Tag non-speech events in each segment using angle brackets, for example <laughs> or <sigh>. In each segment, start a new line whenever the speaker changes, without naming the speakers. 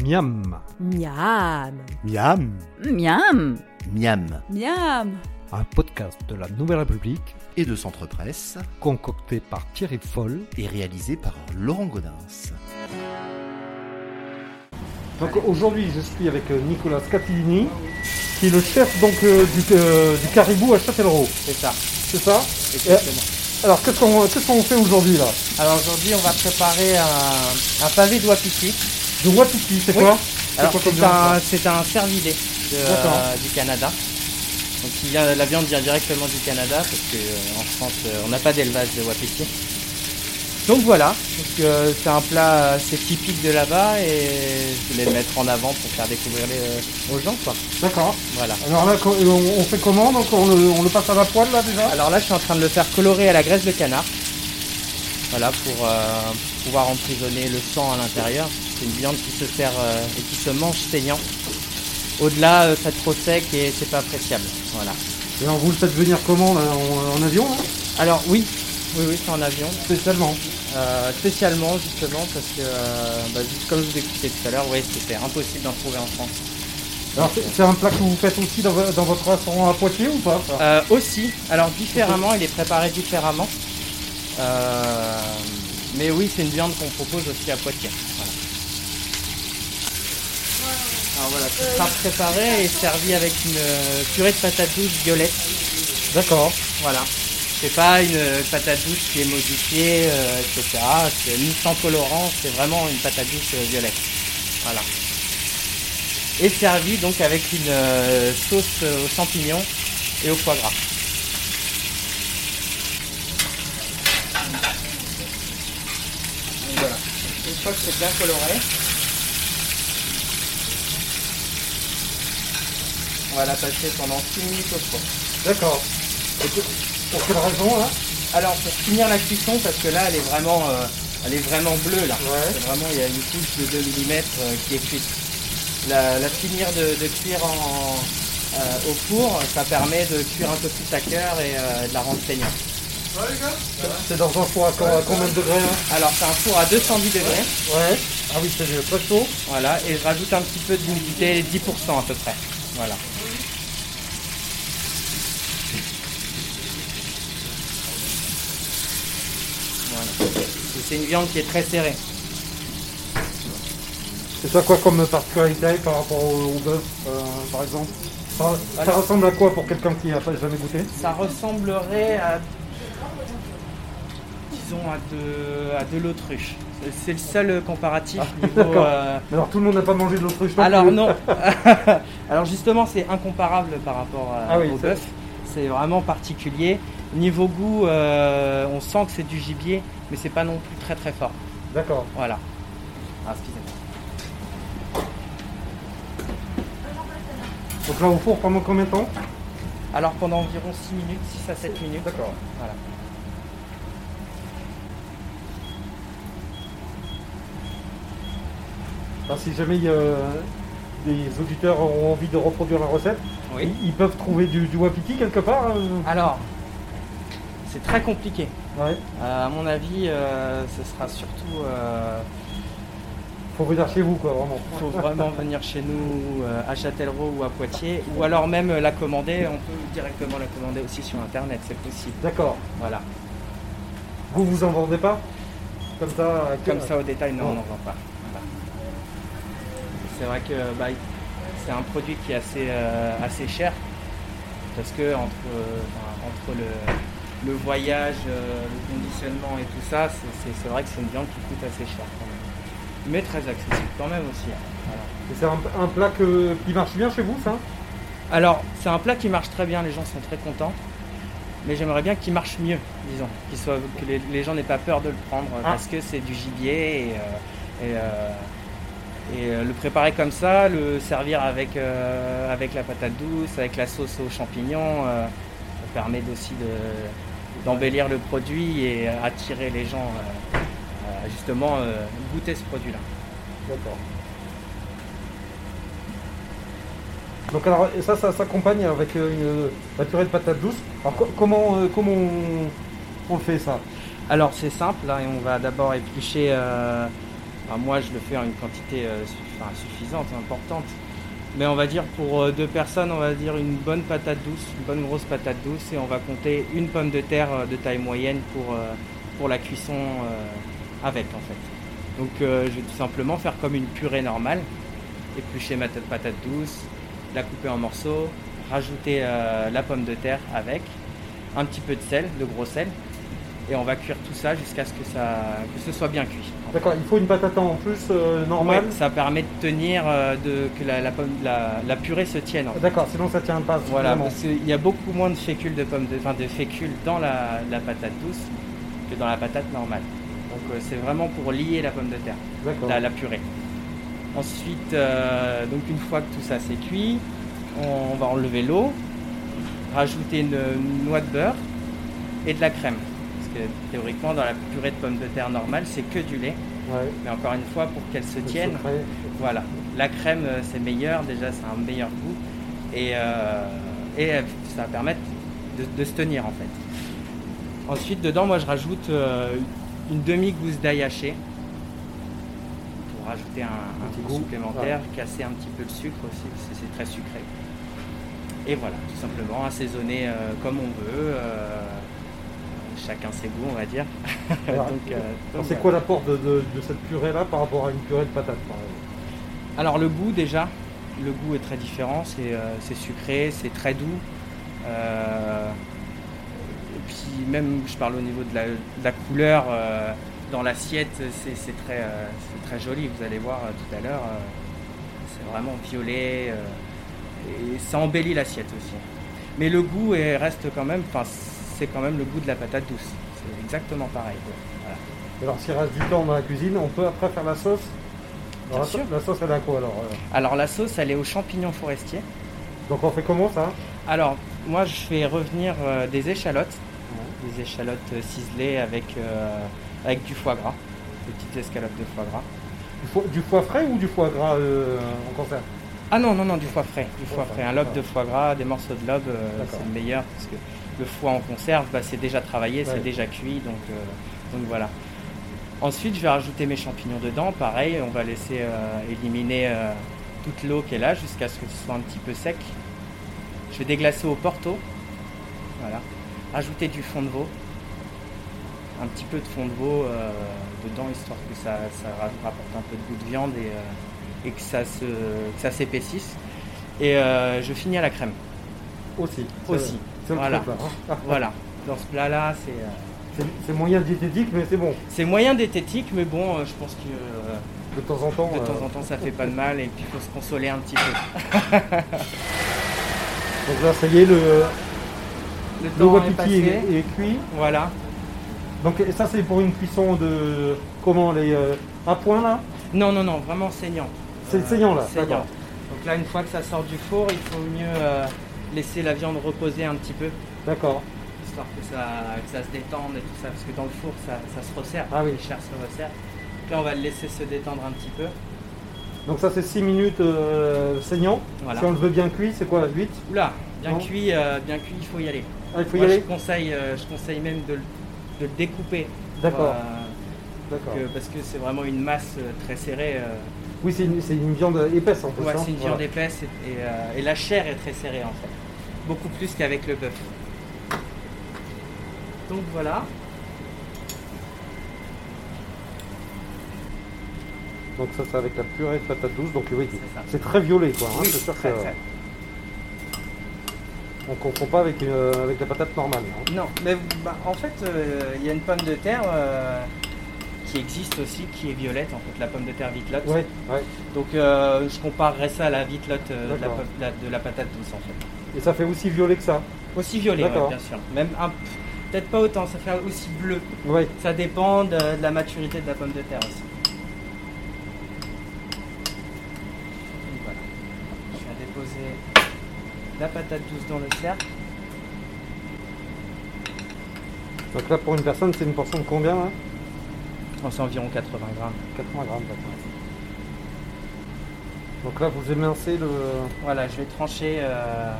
Miam.
Miam.
Miam.
Miam.
Miam
Miam.
Un podcast de la Nouvelle République
et de Centre Presse
concocté par Thierry Foll.
est réalisé par Laurent Godin.
Donc aujourd'hui, je suis avec euh, Nicolas Catilini, qui est le chef donc euh, du, euh, du caribou à Châtellerault.
C'est ça,
C'est ça
exactement.
Alors qu'est-ce qu'on qu'est-ce qu'on fait aujourd'hui là
Alors aujourd'hui, on va préparer un, un pavé d'oie piquée.
Je vois tout de suite, c'est
Oui.
quoi
Alors
quoi comme
c'est
viande,
un,
ça
c'est un cervidé de, euh,
D'accord.
du Canada. Donc il vient, la viande vient directement du Canada parce que euh, en France, euh, on n'a pas d'élevage de oie piquée. Donc voilà, Donc, euh, c'est un plat assez typique de là-bas et je voulais le mettre en avant pour faire découvrir les- aux gens quoi.
D'accord.
Voilà.
Alors là, co- on, on fait comment Donc on le, on le passe à la poêle là déjà
Alors là, je suis en train de le faire colorer à la graisse de canard. Voilà, pour euh, pouvoir emprisonner le sang à l'intérieur. C'est une viande qui se sert euh, et qui se mange saignant. Au-delà, euh, c'est trop sec et c'est pas appréciable. Voilà.
Et alors vous le faites venir comment là en, en avion hein là
Alors oui, oui, oui, c'est en avion.
Spécialement.
Euh, spécialement, justement, parce que, euh, bah, juste comme je vous expliquais tout à l'heure, oui, c'était impossible d'en trouver en France.
Alors c'est c'est un plat que vous faites aussi dans, vo- dans votre restaurant à Poitiers ou pas ça
Euh, aussi, alors différemment, il est préparé différemment. Euh, mais oui, c'est une viande qu'on propose aussi à Poitiers. Voilà. Alors voilà, tout sera préparé et servi avec une euh, purée de patates douces violette.
D'accord.
Voilà. C'est pas une euh, patate douce qui est modifiée, euh, etc. C'est ni sans colorant, c'est vraiment une patate douce euh, violette. Voilà. Et servi donc avec une euh, sauce euh, aux champignons et au foie gras. Donc voilà. Une fois que c'est bien coloré. On va la passer pendant 6 minutes au four.
D'accord. Et que- Pour quelle raison là
Alors pour finir la cuisson, parce que là elle est vraiment, euh, elle est vraiment bleue là.
Ouais.
C'est Vraiment il y a une couche de 2 mm qui est cuite. La, la finir de, de cuire en, euh, au four, ça permet de cuire un peu plus à cœur et euh, de la rendre saignante.
C'est dans un four à co- à combien de degrés hein
Alors c'est un four à 210 degrés,
Ouais. Ah oui, c'est très chaud.
voilà, et je rajoute un petit peu d'humidité, 10% à peu près. Voilà. Voilà. Et C'est une viande qui est très serrée.
C'est ça quoi comme particularité par rapport au, au bœuf, euh, par exemple ça, ça
Alors-
ressemble à quoi pour quelqu'un qui n'a pas jamais goûté
ça ressemblerait à disons à de, à de l'autruche. C'est le seul comparatif niveau.
d'accord.
euh,
Mais Alors tout le monde n'a pas mangé de l'autruche
Alors
plus. <laughs>
non. Alors justement, c'est incomparable par rapport à-
Ah oui,
au
c'est-
bœuf. C'est vraiment particulier. Niveau goût, euh, on sent que c'est du gibier, mais c'est pas non plus très très fort.
D'accord.
Voilà. Ah, excusez-moi.
Donc là au four pendant combien de temps
Alors pendant environ 6 minutes, 6 à 7 minutes.
D'accord.
Voilà.
Alors, si jamais euh, des auditeurs ont envie de reproduire la recette,
Oui.
ils, ils peuvent trouver du, du wapiti quelque part hein
Alors, c'est très compliqué.
Ouais.
Euh, à mon avis, euh, ce sera surtout. euh,
Faut venir chez vous quoi, vraiment.
faut vraiment venir chez nous euh, à Châtellerault ou à Poitiers, ou alors même euh, la commander. On peut directement la commander aussi sur internet, c'est possible.
D'accord.
Voilà.
Vous vous en vendez pas Comme ça euh,
Comme
que-
ça au détail, non, on n'en vend pas. Voilà. C'est vrai que bah, c'est un produit qui est assez, euh, assez cher, parce que entre, euh, enfin, entre le, le voyage, euh, le conditionnement et tout ça, c'est- c'est c'est vrai que c'est une viande qui coûte assez cher quand même. Mais très accessible quand même aussi. hein. Voilà.
Et C'est un, un plat que- qui marche bien chez vous ça
Alors, c'est un plat qui marche très bien, les gens sont très contents. Mais j'aimerais bien qu'il marche mieux, disons. qu'il soit- que les, les gens n'aient pas peur de le prendre euh,
Ah.
parce que c'est du gibier et, euh, et, euh, et, euh, le préparer comme ça, le servir avec, euh, avec la patate douce, avec la sauce aux champignons, euh, ça permet aussi de- d'embellir le produit et euh, attirer les gens euh, à justement euh, goûter ce produit-là.
D'accord. Donc alors et ça, ça s'accompagne avec euh, une, la purée de patates douces. Alors co- comment, euh, comment on, on le fait ça
Alors c'est simple, hein, et on va d'abord éplucher euh, Enfin, moi, je le fais en une quantité euh, su- enfin, suffisante, importante. Mais on va dire pour euh, deux personnes, on va dire une bonne patate douce, une bonne grosse patate douce, et on va compter une pomme de terre euh, de taille moyenne pour, euh, pour la cuisson euh, avec en fait. Donc euh, je vais tout simplement faire comme une purée normale, éplucher ma ta- patate douce, la couper en morceaux, rajouter euh, la pomme de terre avec, un petit peu de sel, de gros sel, et on va cuire tout ça jusqu'à ce que, ça, que ce soit bien cuit. en fait.
D'accord, il faut une patate en plus euh, normale.
Ouais, ça permet de tenir, euh, de, que la, la pomme- la- la purée se tienne. en fait.
D'accord, sinon ça tient pas.
Voilà,
vraiment.
parce qu'il y a beaucoup moins de fécule de pommes de, enfin, de fécule dans la, la patate douce que dans la patate normale. Donc euh, c'est vraiment pour lier la pomme de terre,
D'accord.
la, la purée. Ensuite, euh, donc une fois que tout ça c'est cuit, on va enlever l'eau, rajouter une, une noix de beurre et de la crème. Parce que théoriquement, dans la purée de pommes de terre normale, c'est que du lait.
Ouais,
Mais encore une fois, pour qu'elle se
le
tienne,
secret.
voilà, la crème euh, c'est meilleur, déjà c'est un meilleur goût et, euh, et euh, ça va permettre de, de se tenir en fait. Ensuite dedans moi je rajoute euh, une demi-gousse d'ail haché pour rajouter un, un
petit
goût
goût,
supplémentaire, casser un petit peu le sucre aussi, parce que c'est très sucré. Et voilà, tout simplement assaisonner euh, comme on veut, euh, chacun ses goûts on va dire. <laughs>
Alors,
Donc, euh, donc,
C'est
voilà.
quoi l'apport de, de- de cette purée là par rapport à une purée de patates par exemple
Alors le goût déjà, le goût est très différent, c'est euh, c'est sucré, c'est très doux. Euh, et puis même, je parle au niveau de la, de la couleur, euh, dans l'assiette, c'est c'est très, euh, c'est très joli, vous allez voir euh, tout à l'heure, euh, c'est vraiment violet, euh, et ça embellit l'assiette aussi. Mais le goût est- reste quand même, enfin c'est quand même le goût de la patate douce, c'est exactement pareil. quoi. Voilà.
Alors s'il reste du temps dans la cuisine, on peut après faire la sauce Alors,
Bien
la,
sûr.
so- la sauce elle est à quoi alors euh
Alors la sauce, elle est aux champignons forestiers.
Donc on fait comment ça
Alors, moi, je vais revenir euh, des échalotes, des échalotes euh, ciselées avec, euh, avec du foie gras, des petites escalopes de foie gras.
du foie, du foie frais ou du foie gras euh, en conserve
Ah non, non, non, du foie frais, du foie
Foie
frais.
frais,
Un lobe
ouais.
de foie gras, des morceaux de lobe, euh,
D'accord.
c'est le meilleur parce que le foie en conserve, bah, c'est déjà travaillé,
Ouais.
c'est déjà cuit, donc, euh, donc voilà. Ensuite, je vais rajouter mes champignons dedans. Pareil, on va laisser euh, éliminer euh, toute l'eau qui est là jusqu'à ce que ce soit un petit peu sec. Je vais déglacer au porto. Voilà. Ajouter du fond de veau. Un petit peu de fond de veau euh, dedans, histoire que ça, ça ra- rapporte un peu de goût de viande et, euh, et que ça se- que ça s'épaississe. Et euh, je finis à la crème.
Aussi. C'est-
Aussi.
C'est le
Voilà.
truc, là, hein.
Voilà. Dans ce plat-là, c'est euh,
C'est- C'est moyen diététique mais c'est bon.
c'est moyen diététique, mais bon, euh, je pense que euh,
De temps en temps.
de
euh,
temps en temps, ça fait pas de mal et puis il faut se consoler un petit peu.
Donc là ça y est le,
Le
le
temps est
wapiti
passé.
est, est cuit.
Voilà.
Donc et ça c'est pour une cuisson de comment les euh, à point là
Non, non, non, vraiment saignant. Euh,
C'est saignant, là,
saignant.
d'accord.
Donc là, une fois que ça sort du four, il faut mieux euh, laisser la viande reposer un petit peu,
D'accord.
histoire que ça, que ça se détende et tout ça, parce que dans le four, ça, ça se resserre. hein,
Ah oui.
Les chairs se resserrent. Donc là, on va le laisser se détendre un petit peu.
Donc ça c'est 6 minutes euh, saignant.
Voilà.
Si on le veut bien cuit, c'est quoi 8
Oula, bien
Non.
cuit, euh, bien cuit, il faut y aller.
Ah, il faut
Moi,
y aller
Je conseille, euh, je conseille même de, le- de le découper.
D'accord.
Euh,
D'accord.
que- parce que c'est vraiment une masse euh, très serrée. euh,
Oui, c'est une, c'est une viande épaisse en plus.
Ouais,
hein.
c'est une
Voilà.
viande épaisse et, et, euh, et la chair est très serrée en fait. Beaucoup plus qu'avec le bœuf. Donc voilà.
Donc ça, c'est avec la purée de patate douce. Donc oui,
C'est ça.
c'est très violet, quoi. hein.
Oui,
c'est sûr
très,
que-
très.
on confond pas avec, euh, avec la patate normale. hein.
Non, mais bah, en fait, euh, il y a une pomme de terre euh, qui existe aussi, qui est violette en fait, la pomme de terre vitelotte.
Ouais, ouais.
Donc euh, je comparerais ça à la vitelotte euh, de, la,
D'accord.
pomme- la- de la patate douce en fait.
Et ça fait aussi violet que ça.
Aussi violet, ouais,
D'accord.
bien sûr. Même un- peut-être pas autant, ça fait aussi bleu.
Ouais.
Ça dépend de, de la maturité de la pomme de terre aussi. Donc voilà. Je vais déposer la patate douce dans le cercle.
Donc là, pour une personne, c'est une portion de combien là
On Oh, c'est environ 80 grammes.
80 grammes, d'accord. Donc là, vous émincez le,
Voilà, je vais trancher, euh,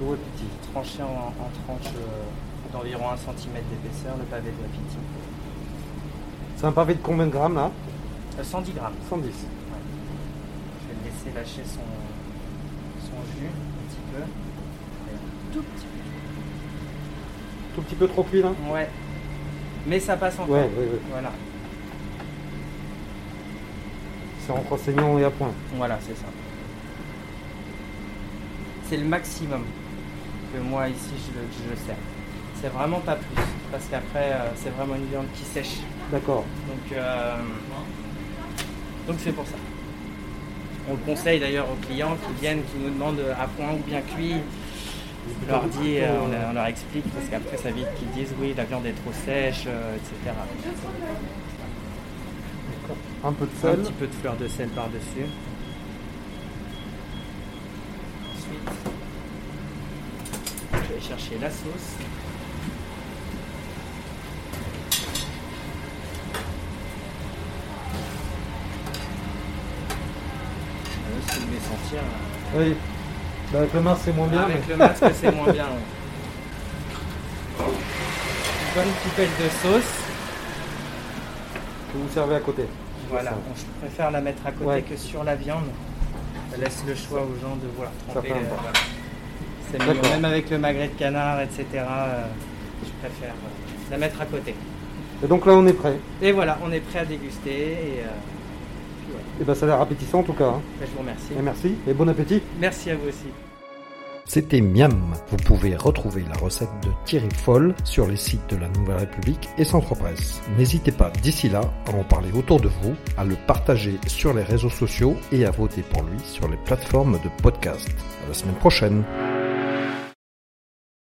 le wapiti.
trancher en, en tranches euh, d'environ 1 cm d'épaisseur le pavé de la piti.
C'est un pavé de combien de grammes là
Euh, 110 grammes.
110.
Je vais le laisser lâcher son, son jus un petit peu. Tout petit
Tout petit peu trop cuit là
peu. Ouais. Mais ça passe encore.
Ouais, ouais, ouais.
Voilà.
C'est entre saignant et à point.
Voilà, c'est ça. C'est le maximum que moi ici je, le- je le sers. C'est vraiment pas plus. Parce qu'après, euh, c'est vraiment une viande qui sèche.
D'accord.
Donc euh, donc c'est pour ça. On le conseille d'ailleurs aux clients qui viennent, qui nous demandent euh, à point ou bien cuit. On leur, dit, euh, on, leur- on leur explique parce qu'après ça vite qu'ils disent oui la viande est trop sèche, euh, etc.
Un peu de
Un
sel.
petit peu de fleur de sel par-dessus. Ensuite, je vais chercher la sauce. Euh, Ce qui me fait sentir là.
Oui. Bah, avec le masque c'est moins bien.
hein. Avec
mais-
le masque, c'est moins bien. ouais. Une bonne pipette de sauce.
Que vous servez à côté.
Voilà,
Ça.
bon, je préfère la mettre à côté
Ouais.
que sur la viande. Ça laisse le choix aux gens de voir
Ça fait un
euh,
pas.
voilà. C'est mieux,
D'accord.
même avec le magret de canard, etc. euh, je préfère euh, la mettre à côté.
Et donc là on est prêt.
Et voilà, on est prêt à déguster. Et, euh, puis voilà.
Et bah ça a l'air appétissant en tout cas. hein.
Bah, je vous remercie.
Et merci. Et bon appétit.
Merci à vous aussi.
C'était Miam. Vous pouvez retrouver la recette de Thierry Foll sur les sites de la Nouvelle République et Centre Presse. N'hésitez pas d'ici là à en parler autour de vous, à le partager sur les réseaux sociaux et à voter pour lui sur les plateformes de podcast. À la semaine prochaine.